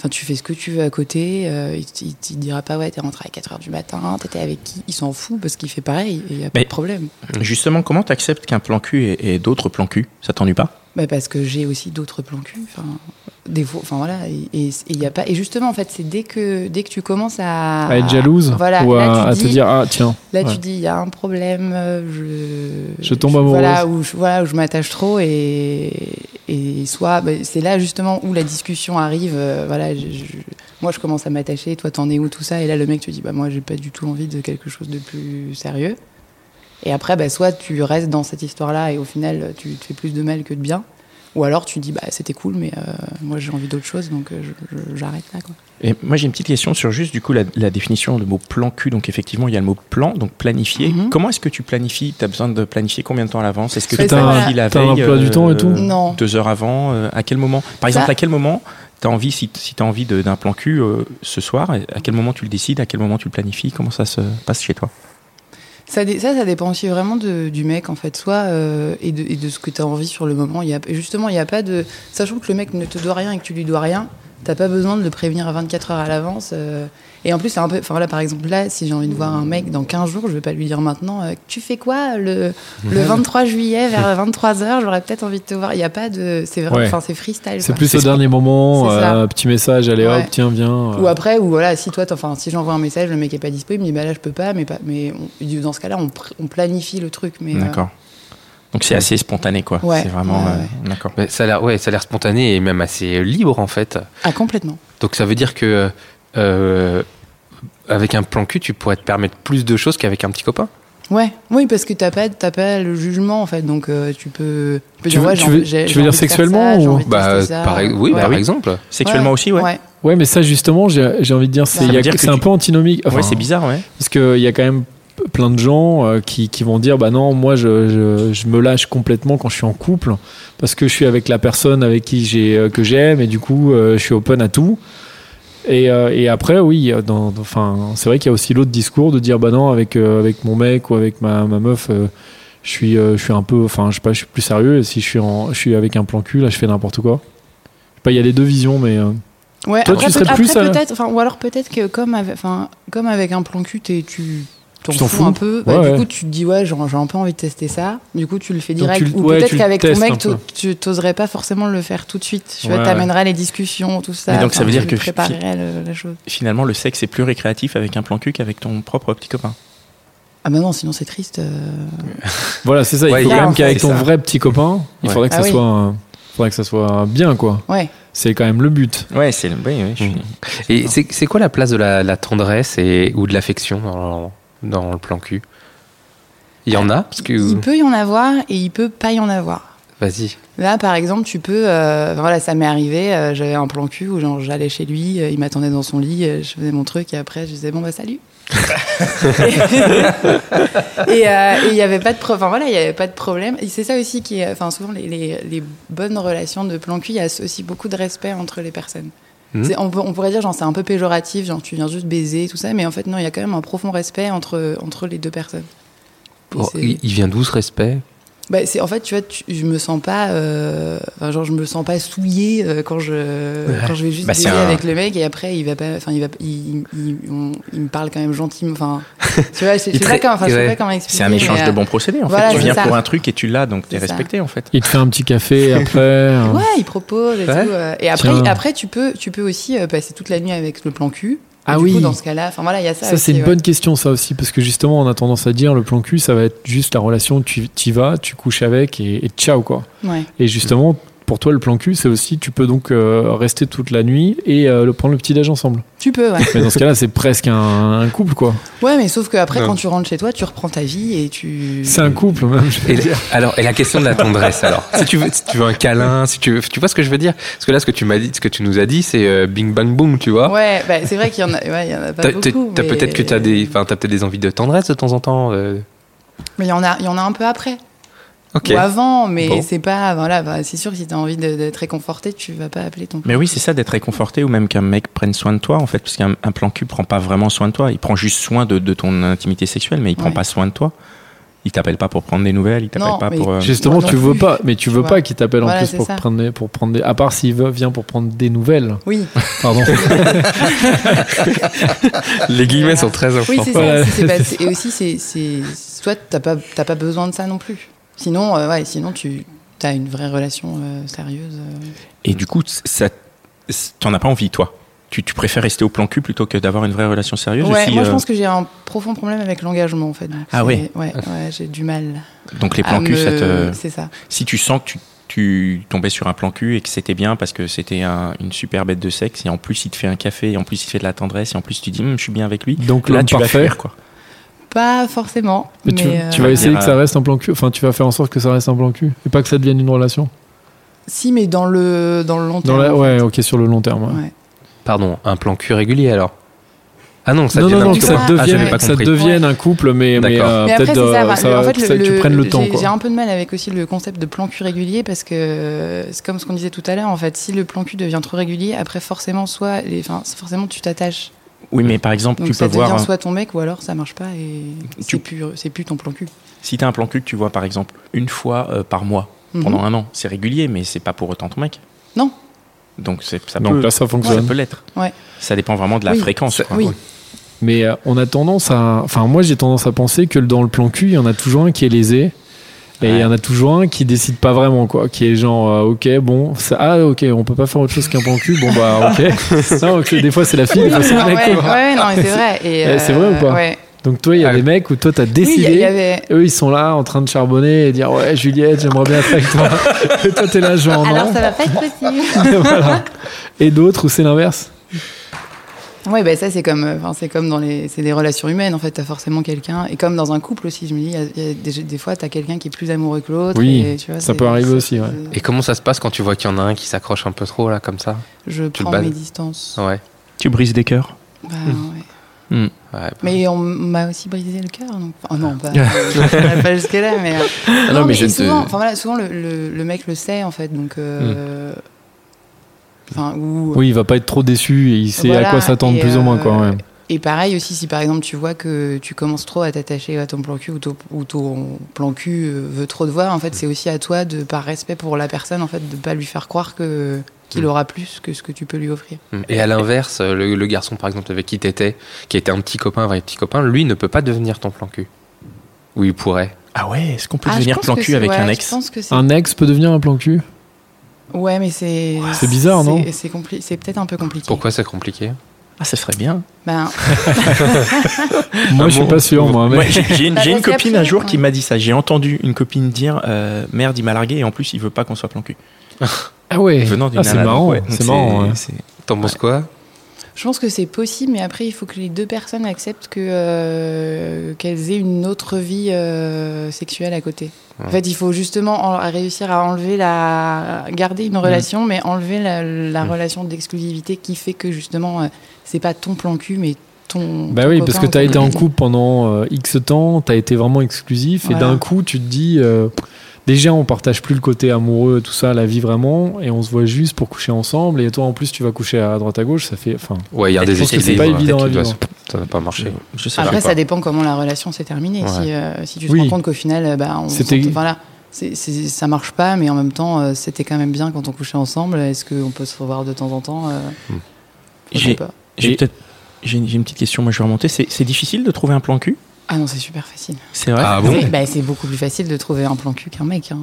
Enfin, tu fais ce que tu veux à côté, euh, il, t- il t- il te dira pas, ouais, t'es rentré à 4h du matin, t'étais avec qui Il s'en fout parce qu'il fait pareil, et il a pas Mais- de problème. Justement, comment t'acceptes qu'un plan cul et, et d'autres plans cul Ça t'ennuie pas Bah parce que j'ai aussi d'autres plans cul. Enfin, des fois, enfin voilà, et, et- et y a pas. Et justement, en fait, c'est dès que dès que tu commences à, à être jalouse voilà, ou à, là, tu à dis, te dire ah tiens Là, Ouais. tu dis, il y a un problème, euh, je, Je tombe amoureuse. Voilà, où je, voilà, où je m'attache trop et, et soit, bah, c'est là justement où la discussion arrive. euh, voilà, je- je- moi, je commence à m'attacher, toi, t'en es où, tout ça. Et là, le mec te dit, bah, moi, j'ai pas du tout envie de quelque chose de plus sérieux. Et après, bah, soit tu restes dans cette histoire-là et au final, tu te fais plus de mal que de bien. Ou alors tu dis, bah, c'était cool, mais euh, moi, j'ai envie d'autre chose, donc euh, je- je- j'arrête là, quoi. Et moi, j'ai une petite question sur juste du coup la, la définition du mot plan cul. Donc, effectivement, il y a le mot plan, donc planifier. Mhm. Comment est-ce que tu planifies Tu as besoin de planifier combien de temps à l'avance Est-ce que C'est tu ça, planifies voilà. la T'as un veille euh, emploi du temps et tout Non. Deux heures avant euh, À quel moment Par exemple, Ça- à quel moment tu as envie, si, tu as envie de- d'un plan cul euh, ce soir, et à quel moment tu le décides À quel moment tu le planifies Comment ça se passe chez toi Ça, dé- ça, ça dépend aussi vraiment de- du mec, en fait, soit, euh, et, de, et de ce que tu as envie sur le moment. Il Y a, et justement, il n'y a pas de. Sachant que le mec ne te doit rien et que tu lui dois rien, t'as pas besoin de le prévenir à 24 heures à l'avance. euh. et en plus, c'est un peu. Enfin, voilà, par exemple, là, si j'ai envie de voir un mec dans 15 jours, je vais pas lui dire maintenant, euh, tu fais quoi le, le 23 juillet vers 23 heures J'aurais peut-être envie de te voir. Il n'y a pas de. C'est vrai- Ouais. enfin, c'est freestyle. c'est quoi. plus au dernier moment C'est euh, ça. un petit message allez Ouais. hop tiens viens euh. Ou après, ou voilà, si toi, t'en- enfin, si j'envoie un message, le mec est pas dispo, il me dit, bah là, je peux pas, mais, pas, mais on- dans ce cas-là, on, pr- on planifie le truc. Mais, euh, D'accord. Donc, c'est assez spontané, quoi. Ouais. C'est vraiment. Ouais, euh, ouais. D'accord. Mais ça a l'air ouais, ça a l'air spontané et même assez libre en fait. Ah, complètement. Donc ça veut dire que euh, avec un plan cul, tu pourrais te permettre plus de choses qu'avec un petit copain. Ouais, oui, parce que t'as pas, t'as pas le jugement en fait, donc euh, tu peux. Tu peux Tu veux- ouais, tu j'ai veux- envie- j'ai- tu j'ai veux dire envie de faire sexuellement ça, j'ai ou- Bah, envie de tester ça. par, Bah, oui, Ouais. par Ouais, exemple. Sexuellement aussi, ouais. Bah ouais. ouais mais ça justement j'ai j'ai envie de dire c'est Ça il y veut a- dire que c'est un tu- peu antinomique Ouais, Enfin, c'est bizarre, ouais. Parce qu'il y a quand même p- plein de gens euh, qui, qui vont dire bah non moi je, je, je me lâche complètement quand je suis en couple parce que je suis avec la personne avec qui j'ai euh, que j'aime et du coup euh, je suis open à tout et, euh, et après oui euh, dans, dans- enfin c'est vrai qu'il y a aussi l'autre discours de dire bah non avec euh, avec mon mec ou avec ma, ma meuf euh, je suis euh, je suis un peu enfin je sais pas je suis plus sérieux et si je suis en, je suis avec un plan cul là je fais n'importe quoi je sais pas il y a les deux visions mais euh, Ouais, Toi, après, tu serais peut- plus euh, après, à- peut-être, enfin, ou alors peut-être que comme avec, enfin, comme avec un plan cul, t'es- tu t'en Tu t'en fous, fous un peu. Bah, Ouais, du ouais. coup, tu te dis ouais, genre, j'ai un peu envie de tester ça. Du coup, tu le fais Donc, direct. tu le- Ou ouais, peut-être tu le qu'avec ton testes un mec, peu. t'o- tu t'oserais pas forcément le faire tout de suite. Tu vois, Ouais, t'amèneras les discussions, tout ça. Mais donc, ça Enfin, veut dire que- tu préparerais le- la chose. Finalement, le sexe est plus récréatif avec un plan cul qu'avec ton propre petit copain. Ah bah non, sinon c'est triste. euh. voilà c'est ça il Ouais, faut il y a quand un- même qu'avec c'est ton ça. vrai petit copain il Ouais. faudrait que Ah ça oui. soit un- faudrait que ça soit bien quoi Ouais. C'est quand même le but. Ouais, c'est. Oui, oui. je suis- Mm. Et c'est c'est quoi la place de la, la tendresse et, ou de l'affection dans, dans le plan cul Il y en a parce que Il peut y en avoir et il peut pas y en avoir. vas-y. Là, par exemple, tu peux. euh, voilà, ça m'est arrivé. euh, J'avais un plan cul où genre, j'allais chez lui, euh, il m'attendait dans son lit, euh, je faisais mon truc et après je disais bon bah salut. et euh, et il y avait pas de pro- enfin, voilà, il y avait pas de problème. Et c'est ça aussi qui est. Enfin, souvent les, les- les bonnes relations de plan cul, il y a aussi beaucoup de respect entre les personnes. Mhm. C'est- On, peut- on pourrait dire genre c'est un peu péjoratif, genre tu viens juste baiser tout ça, mais en fait non, il y a quand même un profond respect entre entre les deux personnes. Et Oh, c'est- il, il vient d'où ce respect bah, c'est en fait tu vois tu- je me sens pas euh, enfin, genre je me sens pas souillée euh, quand je quand je vais juste Bah, c'est baiser un- avec le mec et après il va pas enfin il va il, il, on- il me parle quand même gentiment enfin tu vois c'est- je Il sais traite- pas comment enfin, je sais ouais. pas comment expliquer C'est un échange mais, de euh, bons procédés en voilà, fait. Tu c'est viens ça. pour un truc et tu l'as, donc t'es C'est ça. respecté en fait. Il te fait un petit café après. euh, ouais il propose et Ouais. tout euh, et après Tiens. après tu peux tu peux aussi euh, passer toute la nuit avec le plan cul Et Ah du oui. coup, dans ce cas-là enfin voilà il y a ça Ça, c'est aussi, une ouais. bonne question, ça aussi, parce que justement, on a tendance à dire le plan cul, ça va être juste la relation, tu y vas, tu couches avec et, et ciao, quoi. ouais Et justement, pour toi, le plan cul, c'est aussi, tu peux donc euh, rester toute la nuit et euh, le prendre le petit-déj ensemble. tu peux ouais Mais dans ce cas-là, c'est presque un, un couple, quoi. ouais mais sauf que après Non. quand tu rentres chez toi tu reprends ta vie et tu C'est un couple, même. Et la- alors, et la question de la tendresse, alors. Si tu veux, si tu veux un câlin, si tu, veux- tu vois ce que je veux dire Parce que là, ce que tu m'as dit, ce que tu nous as dit, c'est euh, bing bang boom, tu vois. ouais bah, c'est vrai qu'il y en a ouais, il y en a pas T'as t'as- beaucoup t'as mais- peut-être que t'as des, enfin, t'as peut-être des envies de tendresse de temps en temps. euh. mais il y en a il y en a un peu après Ok. ou avant, mais Bon. c'est pas. Voilà, bah, c'est sûr que si t'as envie de- d'être réconforté, tu vas pas appeler ton. Mais oui, c'est ça d'être réconforté ou même qu'un mec prenne soin de toi en fait, parce qu'un un plan cul prend pas vraiment soin de toi. Il prend juste soin de, de ton intimité sexuelle, mais il prend Ouais. pas soin de toi. Il t'appelle pas pour prendre des nouvelles, il t'appelle Non, pas mais- pour. euh, Justement, Moi non tu veux plus, pas, mais tu tu veux vois. pas qu'il t'appelle en Voilà, plus c'est pour ça. prendre, des, pour prendre des. À part s'il veut- vient pour prendre des nouvelles. Oui, Pardon. Les guillemets sont très oui, importants. c'est Voilà, ça. Si c'est c'est pas- et aussi, c'est c'est soit t'as pas t'as pas besoin de ça non plus. Sinon, euh, ouais, sinon tu t'as une vraie relation euh, sérieuse. euh. Et du coup, ça, t'en as pas envie, toi. Tu, tu préfères rester au plan cul plutôt que d'avoir une vraie relation sérieuse Ouais, aussi, moi je euh, pense que j'ai un profond problème avec l'engagement en fait. Donc, Ah c'est- ouais. Ouais, ouais, j'ai du mal. Donc les à plans cul, ça me- te... C'est ça. si tu sens que tu, tu tombais sur un plan cul et que c'était bien parce que c'était un- une super bête de sexe et en plus il te fait un café et en plus il te fait de la tendresse et en plus tu dis Hum, je suis bien avec lui. Donc Là l'homme tu vas parfait. fuir quoi. Pas forcément. Mais tu, mais, tu euh, vas essayer dire, que ça euh, reste un plan cul. Enfin, tu vas faire en sorte que ça reste un plan cul et pas que ça devienne une relation. Si, mais dans le, dans le long Dans terme. la- ouais, ok, sur le long terme. ouais. Ouais. Pardon, un plan cul régulier alors Ah non, ça non, devient non, un non, petit que ça plan- Ah, devienne, j'avais pas que ça compris. devienne un couple, mais, mais, D'accord. euh, Mais après, peut-être c'est ça, euh, enfin, ça le- en va- fait, le- ça- tu le- prennes le temps. j'ai- quoi. J'ai un peu de mal avec aussi le concept de plan cul régulier parce que euh, c'est comme ce qu'on disait tout à l'heure en fait. Si le plan cul devient trop régulier, après forcément soit, les, enfin c'est forcément tu t'attaches. Oui mais par exemple Donc tu peux ça devient voir hein, soit ton mec ou alors ça marche pas et Tu- c'est plus c'est plus ton plan cul. si t'as un plan cul que tu vois par exemple une fois euh, par mois Mhm. pendant un an c'est régulier mais c'est pas pour autant ton mec. Non. Ah, Donc c'est- ça Donc peut là, ça ça fonctionne. peut l'être. Ouais. Ça dépend vraiment de la Oui. fréquence. quoi. oui. Mais euh, on a tendance à. Enfin, moi, j'ai tendance à penser que dans le plan cul, il y en a toujours un qui est lésé. Et il Ouais. y en a toujours un qui décide pas vraiment, quoi. Qui est genre, euh, ok, bon, ça, ah, ok, on peut pas faire autre chose qu'un plan cul, bon, bah, ok. non, ok, des fois, c'est la fille, des fois, c'est le Ah mec, ouais, quoi. ouais, non, mais c'est vrai. Et, euh, Eh, c'est vrai ou pas ouais. Donc, toi, il y a des mecs où toi, t'as Oui, il décidé. y- il y avait. Eux, ils sont là en train de charbonner et dire, ouais, Juliette, j'aimerais bien être avec toi. et toi, t'es là, genre, non. Alors ça va pas être possible. Voilà. Et d'autres où c'est l'inverse. Ouais, bah ça c'est comme, euh, enfin, c'est comme dans les, c'est des relations humaines en fait. T'as forcément quelqu'un et comme dans un couple aussi, je me dis, il y a- il y a des, des fois t'as quelqu'un qui est plus amoureux que l'autre. Oui, et, tu vois, ça c'est- peut arriver c'est- aussi, ouais. c'est- Et comment ça se passe quand tu vois qu'il y en a un qui s'accroche un peu trop là comme ça Je Tu le prends bases. mes distances. Ouais. Tu brises des cœurs. Bah, Hmm. ouais. ouais. Mais on m'a aussi brisé le cœur. Donc... Oh non, Ah. pas, euh, pas jusque-là. Mais... euh, non, mais mais je et te- souvent, enfin, voilà, souvent le, le- le mec le sait, en fait. Donc, euh, Hmm. enfin, ou- Oui, il va pas être trop déçu et il sait Voilà, à quoi s'attendre et, plus ou moins, quoi. euh, ouais. Et pareil aussi, si par exemple tu vois que tu commences trop à t'attacher à ton plan cul ou ton, ou ton plan cul euh, veut trop te voir, en fait, c'est aussi à toi, de, par respect pour la personne, en fait, de pas lui faire croire que Mm. qu'il aura plus que ce que tu peux lui offrir. Mm. Et à l'inverse, euh, le, le garçon par exemple avec qui t'étais, qui était un petit copain, un vrai petit copain, lui ne peut pas devenir ton plan cul. Ou il pourrait. Ah ouais, est-ce qu'on peut Ah, je devenir pense plan que cul c'est- avec ouais, un je ex pense que c'est- Un ex peut devenir un plan cul Ouais, mais c'est. C'est bizarre, non c'est- C'est compli- c'est peut-être un peu compliqué. Pourquoi c'est compliqué Ah, ça serait bien. Ben, Moi, je suis pas sûr, moi. mais- Ouais, j'ai- j'ai une, Bah, j'ai une c'est copine absurde, un jour qui ouais. m'a dit ça. J'ai entendu une copine dire euh, Merde, il m'a largué et en plus il veut pas qu'on soit plan cul. Ah ouais. Venant d'une Ah, c'est nana, marrant. ouais. Donc C'est marrant. hein. ouais. c'est- T'en penses quoi je pense que c'est possible, mais après, il faut que les deux personnes acceptent que euh, qu'elles aient une autre vie euh, sexuelle à côté. En fait, il faut justement en- à réussir à enlever la, garder une relation, mais enlever la, la relation d'exclusivité qui fait que justement, euh, c'est pas ton plan cul, mais ton. Bah ton oui, copain parce que ou t'as ton été en copine. couple pendant euh, X temps, t'as été vraiment exclusif, et Voilà. d'un coup, tu te dis. euh, Déjà, on partage plus le côté amoureux, tout ça, la vie vraiment, et on se voit juste pour coucher ensemble. Et toi, en plus, tu vas coucher à droite à gauche, ça fait. Enfin, Ouais, il y a Je des pense que c'est équilibres. pas évident peut-être, à de toute façon, Ça n'a pas marché. Je sais Après, pas. ça dépend comment la relation s'est terminée. Ouais. Si, euh, si tu te Oui. rends compte qu'au final, euh, bah, on C'était- s'entend- voilà, c'est- c'est- ça marche pas, mais en même temps, euh, c'était quand même bien quand on couchait ensemble. Est-ce qu'on peut se revoir de temps en temps euh, je sais Hmm. J'ai- pas. J'ai Et- peut-être. J'ai une j'ai une petite question, moi je vais remonter. C'est c'est difficile de trouver un plan cul Ah non, c'est super facile. C'est vrai Ah bon C'est- bah, c'est beaucoup plus facile de trouver un plan cul qu'un mec. hein.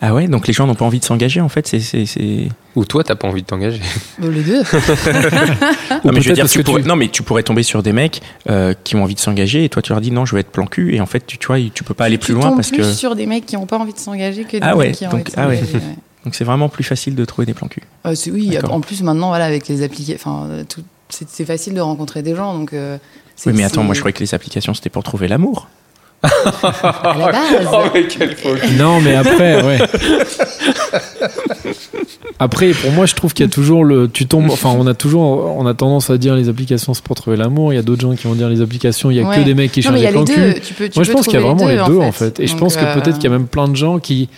Ah ouais, donc les gens n'ont pas envie de s'engager en fait. c'est- c'est- c'est- Ah. Ou toi, t'as pas envie de t'engager Euh, Les deux. Ah. Non, mais je veux Ah, peut-être dire, parce tu que tu- pourrais- non, mais tu pourrais tomber sur des mecs euh, qui ont envie de s'engager et toi tu leur dis non, je veux être plan cul et en fait tu, tu vois, tu peux pas aller plus tu loin tombes parce plus que. sur des mecs qui n'ont pas envie de s'engager que des Ah ouais, mecs qui ont donc- envie de ah ouais. s'engager, ouais. Donc c'est vraiment plus facile de trouver des plans cul. Euh, c'est- oui, D'accord. en plus maintenant, voilà, avec les applications, enfin, euh, tout- c'est c'est facile de rencontrer des gens. Donc, euh, c'est- Oui, mais attends, c'est- moi je croyais que les applications c'était pour trouver l'amour. à la base. Non, mais après, ouais. Après, pour moi, je trouve qu'il y a toujours le. Tu tombes. Enfin, on a toujours. On a tendance à dire les applications, c'est pour trouver l'amour. Il y a d'autres gens qui vont dire les applications, il y a Ouais. que des mecs qui Non, changent mais il y les a plans les deux. cul. Tu peux, tu Moi, je peux pense qu'il y a trouver vraiment les deux, en fait. Et je Donc, pense que euh, peut-être qu'il y a même plein de gens qui.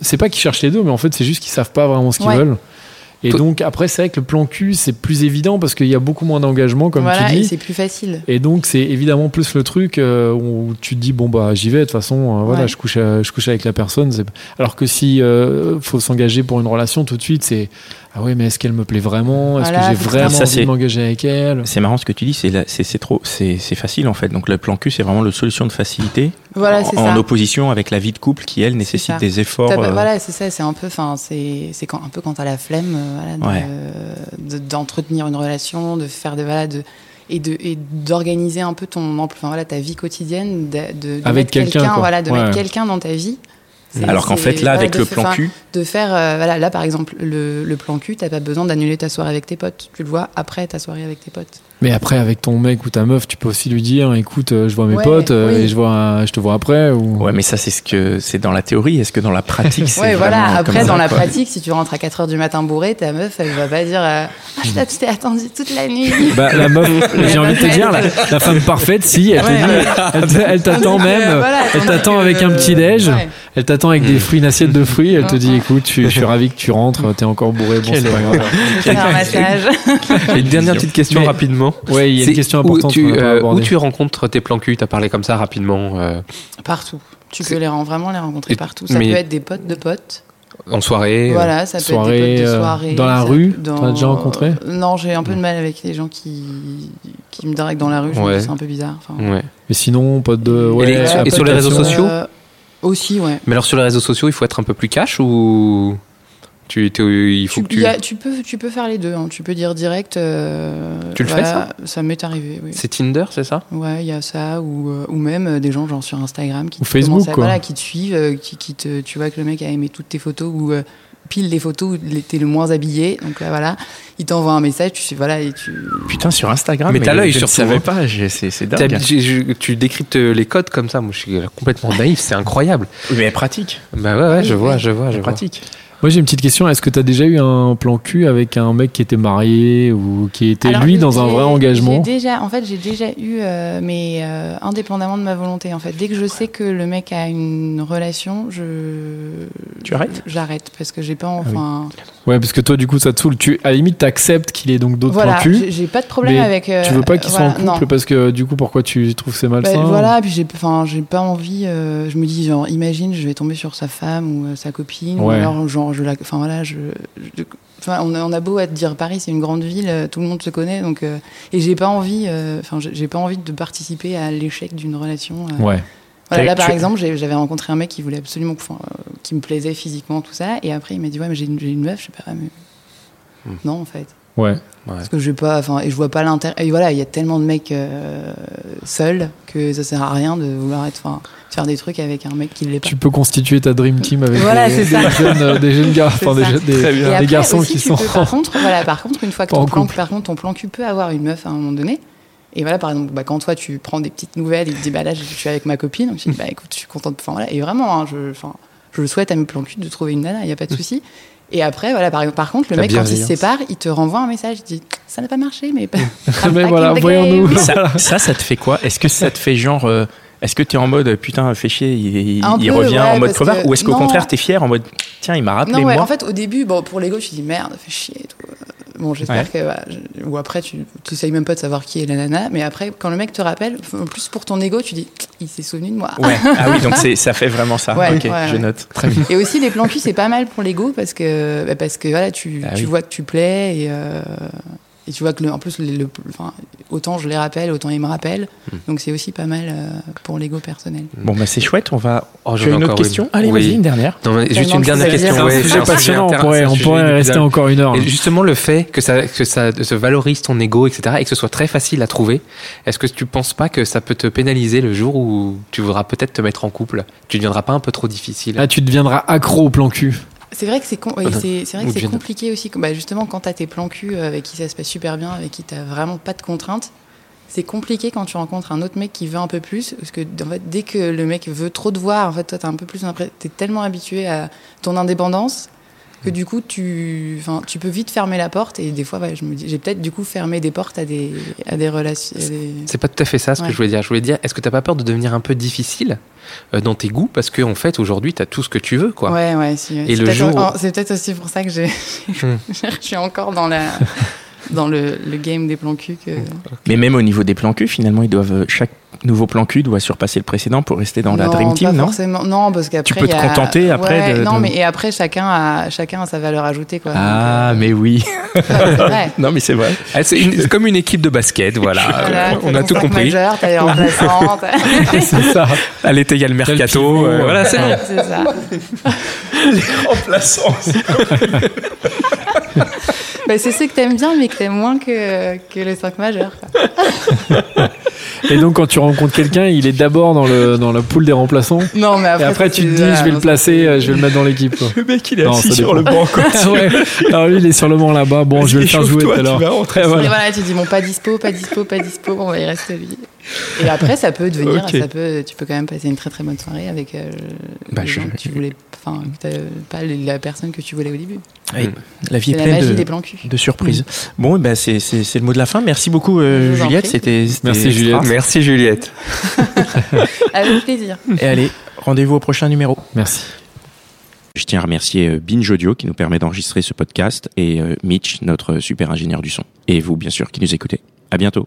C'est pas qu'ils cherchent les deux, mais en fait, c'est juste qu'ils savent pas vraiment ce qu'ils Ouais. veulent. Et Tout- donc, après, c'est vrai que le plan cul, c'est plus évident parce qu'il y a beaucoup moins d'engagement, comme voilà, tu et dis. c'est plus facile. Et donc c'est évidemment plus le truc euh, où tu te dis bon bah j'y vais de toute façon euh, voilà Ouais. je couche euh, je couche avec la personne c'est- alors que si euh, faut s'engager pour une relation tout de suite c'est ah ouais, mais est-ce qu'elle me plaît vraiment Est-ce Voilà, que j'ai c'est ça. vraiment Ça, envie c'est- de m'engager avec elle C'est marrant ce que tu dis, c'est la- c'est c'est trop, c'est c'est facile en fait. Donc le plan cul, c'est vraiment la solution de facilité Voilà, en, c'est en ça. opposition avec la vie de couple qui elle nécessite ça. des efforts. T'as pas- euh, Voilà, c'est ça, c'est un peu, enfin, c'est c'est quand- un peu quand t'as la flemme euh, voilà, Ouais. de- de- d'entretenir une relation, de faire des. Voilà, de, et de- et d'organiser un peu ton emploi, enfin, voilà, ta vie quotidienne, de, de- de Avec mettre quelqu'un, quoi. voilà, de Ouais. mettre quelqu'un dans ta vie. C'est- Alors qu'en c'est- fait là, voilà, avec de le fa- plan enfin, cul, de faire euh, voilà là par exemple le, le plan cul t'as pas besoin d'annuler ta soirée avec tes potes tu le vois après ta soirée avec tes potes Mais après, avec ton mec ou ta meuf, tu peux aussi lui dire écoute, euh, je vois mes Ouais, potes euh, oui. et je, vois, je te vois après. Ou... ouais, mais ça c'est ce que c'est dans la théorie. Est-ce que dans la pratique, c'est ouais voilà vraiment après comme dans ça, la quoi pratique si tu rentres à 4h du matin bourré ta meuf elle va pas dire euh, ah je t'ai- je t'ai attendu toute la nuit Bah, la meuf, j'ai envie de te parfaite. dire, la, la femme parfaite, si, elle te Ouais, dit, ouais. elle te- elle t'attend Tandis que, même, voilà, elle tandis t'attend que, avec un petit déj, ouais. elle t'attend avec des fruits, une assiette de fruits, elle te dit, Ouais. écoute, je, je suis ravi que tu rentres, t'es encore bourré, bon, Quelle c'est pas grave. Faire un massage Une dernière petite question Mais- rapidement. Ouais, il y a C'est une question où importante Tu, qu'on a pas euh, où abordée. tu rencontres tes plans cul T'as parlé comme ça rapidement euh, partout tu peux C'est- les ren- vraiment les rencontrer Et- partout ça mais- peut être des potes de potes en soirée. euh, voilà ça peut être soirée, des potes de euh, soirée dans la ça- rue, t'en as déjà rencontré non j'ai un peu de mal avec les gens qui qui me draguent dans la rue je me Ouais. dis, c'est un peu bizarre enfin, ouais. Mais sinon, pote de, ouais, les- et sur application. les réseaux sociaux Euh, Aussi, ouais. Mais alors sur les réseaux sociaux, il faut être un peu plus cash ou tu, tu- il faut Tu, que tu. y a- tu peux, tu peux faire les deux. hein. Tu peux dire direct. euh, Tu le fais, ça Ça m'est arrivé, oui. C'est Tinder, c'est ça Ouais, il y a ça, ou, euh, ou même euh, des gens genre sur Instagram qui Ou te Facebook, commencent à- quoi. voilà, qui te suivent, euh, qui, qui te, tu vois que le mec a aimé toutes tes photos ou euh, pile les photos où les- t'es le moins habillé. Donc là, voilà, il t'envoie un message, tu sais, voilà, et tu. Putain sur Instagram. Mais t'as l'œil je ne surtout, savais hein. pas. j'ai- C'est c'est T'as- dingue. j'ai- j'ai- tu décryptes les codes comme ça. Moi, je suis complètement naïf. C'est incroyable. Mais elle pratique. Bah ouais, ouais, je Oui, vois, oui. je vois, je Elle vois. pratique. Moi, j'ai une petite question, est-ce que t'as déjà eu un plan cul avec un mec qui était marié ou qui était, Alors, lui, dans un j'ai- vrai engagement j'ai déjà, En fait, j'ai déjà eu, euh, mais euh, indépendamment de ma volonté, en fait. Dès que je sais que le mec a une relation, je. Tu arrêtes J'arrête parce que j'ai pas enfin. Ouais, parce que toi, du coup, ça te saoule. Tu, à la limite, t'acceptes qu'il ait donc d'autres Voilà, plans cul. j'ai j'ai pas de problème mais avec. euh, Tu veux pas qu'ils voilà, soient en couple non. parce que euh, du coup, pourquoi tu trouves c'est Bah, malsain hein. voilà, puis j'ai enfin j'ai pas envie. euh, je me dis genre imagine je vais tomber sur sa femme ou euh, sa copine Ouais. ou alors genre je la enfin voilà je. je- Enfin, on a, on a beau être dire Paris, c'est une grande ville, euh, tout le monde se connaît, donc euh, et j'ai pas envie, euh, enfin j'ai- j'ai pas envie de participer à l'échec d'une relation. euh, Ouais. Voilà, là, Tu- par exemple, j'ai- j'avais rencontré un mec qui voulait absolument, enfin, euh, qui me plaisait physiquement, tout ça. Et après, il m'a dit, ouais, mais j'ai une, j'ai une meuf, je sais pas, ah, mais. Hmm. Non, en fait. Ouais. Parce que j'ai pas, enfin, et je vois pas l'intérêt. Et voilà, il y a tellement de mecs euh, seuls que ça sert à rien de vouloir être, enfin, de faire des trucs avec un mec qui l'est pas. Tu peux constituer ta dream team avec Voilà, des, c'est des ça. jeunes, euh, des jeunes gars, enfin des, ça. jeunes- des- Et des après garçons aussi, qui tu sont. peux, par contre, voilà, par contre, une fois que Pas en ton plan, couple. par contre, ton plan cul peut avoir une meuf à un moment donné. Et voilà, par exemple, bah, quand toi tu prends des petites nouvelles, il te dit bah là je suis avec ma copine, donc tu dis bah Mm. écoute je suis contente. Enfin, voilà. Et vraiment, hein, je, enfin, je le souhaite à mes plans cul de trouver une nana, il y a Mm. pas de souci. Et après, voilà, par, par contre, le La mec quand il se bienveillance. sépare, il te renvoie un message, il dit ça n'a pas marché, mais Mais voilà, voyons-nous. Ça, ça, ça te fait quoi Est-ce que ça te fait genre. euh, est-ce que t'es en mode putain, fait chier, il, il- Un il peu, revient ouais, en mode parce crevard que- Ou est-ce qu'au non. contraire, t'es fier en mode tiens, il m'a rappelé Non, ouais, moi en fait, au début, bon, pour l'ego, je suis dit merde, fais chier et tout. Bon, j'espère Ouais. que. voilà, je- Ou après, tu n'essayes même pas de savoir qui est la nana, mais après, quand le mec te rappelle, en plus pour ton ego, tu dis il s'est souvenu de moi. Ouais, ah oui, donc c'est- ça fait vraiment ça. Ouais, ok, ouais, je ouais. note. Très bien. Et aussi, les plans cul, c'est pas mal pour l'ego parce que, bah, parce que voilà, tu, Ah tu oui. vois que tu plais et, euh, et tu vois que, le- en plus, le, le- enfin, autant je les rappelle, autant ils me rappellent. Hmm. Donc, c'est aussi pas mal euh, pour l'ego personnel. Bon, bah c'est chouette, on va. Oh, j'en tu as ai une autre encore une. question Allez, Oui. vas-y, une dernière. Non, mais juste Tellement une de dernière choses à dire. question. C'est un ouais, sujet c'est un sujet passionnant, on intéressant, pourrait, c'est un on sujet pourrait inépuisable. rester encore une heure. Et justement, le fait que ça, que ça se valorise ton ego, etc., et que ce soit très facile à trouver, est-ce que tu penses pas que ça peut te pénaliser le jour où tu voudras peut-être te mettre en couple Tu deviendras pas un peu trop difficile Là, Ah, tu deviendras accro au plan cul. C'est vrai que c'est con- ouais, Attends. c'est- c'est vrai Ou que c'est bien- compliqué aussi. Bah, justement, quand t'as tes plans cul euh, avec qui ça se passe super bien, avec qui t'as vraiment pas de contraintes, c'est compliqué quand tu rencontres un autre mec qui veut un peu plus. Parce que en fait, dès que le mec veut trop te voir, en fait, toi, t'as un peu plus. l'impression- T'es tellement habitué à ton indépendance que du coup, tu, enfin, tu peux vite fermer la porte. Et des fois, ouais, je me dis, j'ai peut-être du coup fermé des portes à des, à des relations. à des- C'est pas tout à fait ça ce que Ouais. je voulais dire. Je voulais dire, est-ce que t'as pas peur de devenir un peu difficile euh, dans tes goûts Parce qu'en en fait, aujourd'hui, t'as tout ce que tu veux, quoi. Ouais, ouais, si, ouais. Et C'est le peut-être- jour où- oh, C'est peut-être aussi pour ça que j'ai- je suis encore dans la. dans le, le game des plans cul que. Mais même au niveau des plans cul, finalement, ils doivent chaque nouveau plan cul doit surpasser le précédent pour rester dans la Non, dream pas team, non forcément. Non, parce qu'après. Tu peux te il y a- contenter après Ouais, de- Non, de- mais et après, chacun a, chacun a sa valeur ajoutée, quoi. Ah, mais oui. Donc, euh, c'est vrai. Non, mais c'est vrai. Ah, c'est une- c'est comme une équipe de basket, voilà. Ah, Voilà, Euh, on a t'as ton tout stock compris. majeur, t'as les remplaçants, t'as- c'est ça. À l'été, il y a le mercato. pivot, ouais. euh, Ah, voilà, c'est bon. C'est ça. Bah, c'est ceux que t'aimes bien, mais que t'aimes moins que, que les 5 majeurs. quoi. Et donc, quand tu rencontres quelqu'un, il est d'abord dans, le, dans la poule des remplaçants. Non, mais Et après, après, tu te dis, voilà, je vais le non, placer, euh, je vais le mettre dans l'équipe. quoi. Le mec, il est Non, assis ça sur le dépend. banc. quoi. Ouais. Alors lui, il est sur le banc là-bas. Bon, je vais le faire jouer tout à Échauffe-toi, l'heure. tu vas rentrer. Très Et voilà. voilà, tu dis bon, pas dispo, pas dispo, pas dispo, bon, bah, il reste lui. Et après, ça peut devenir, Ok. ça peut, tu peux quand même passer une très très bonne soirée avec euh, Bah, les je- gens que tu voulais, enfin, que t'as- pas la personne que tu voulais au début. La vie C'est est la pleine magie des de, plans cul. de surprises. Bon, eh ben, c'est c'est- c'est le mot de la fin. Merci beaucoup, euh, Je vous en Juliette. prie. C'était c'était Merci, extra. Juliette. Merci Juliette. Avec plaisir. Et allez, rendez-vous au prochain numéro. Merci. Je tiens à remercier euh, Binge Audio qui nous permet d'enregistrer ce podcast et euh, Mitch, notre super ingénieur du son. Et vous, bien sûr, qui nous écoutez. À bientôt.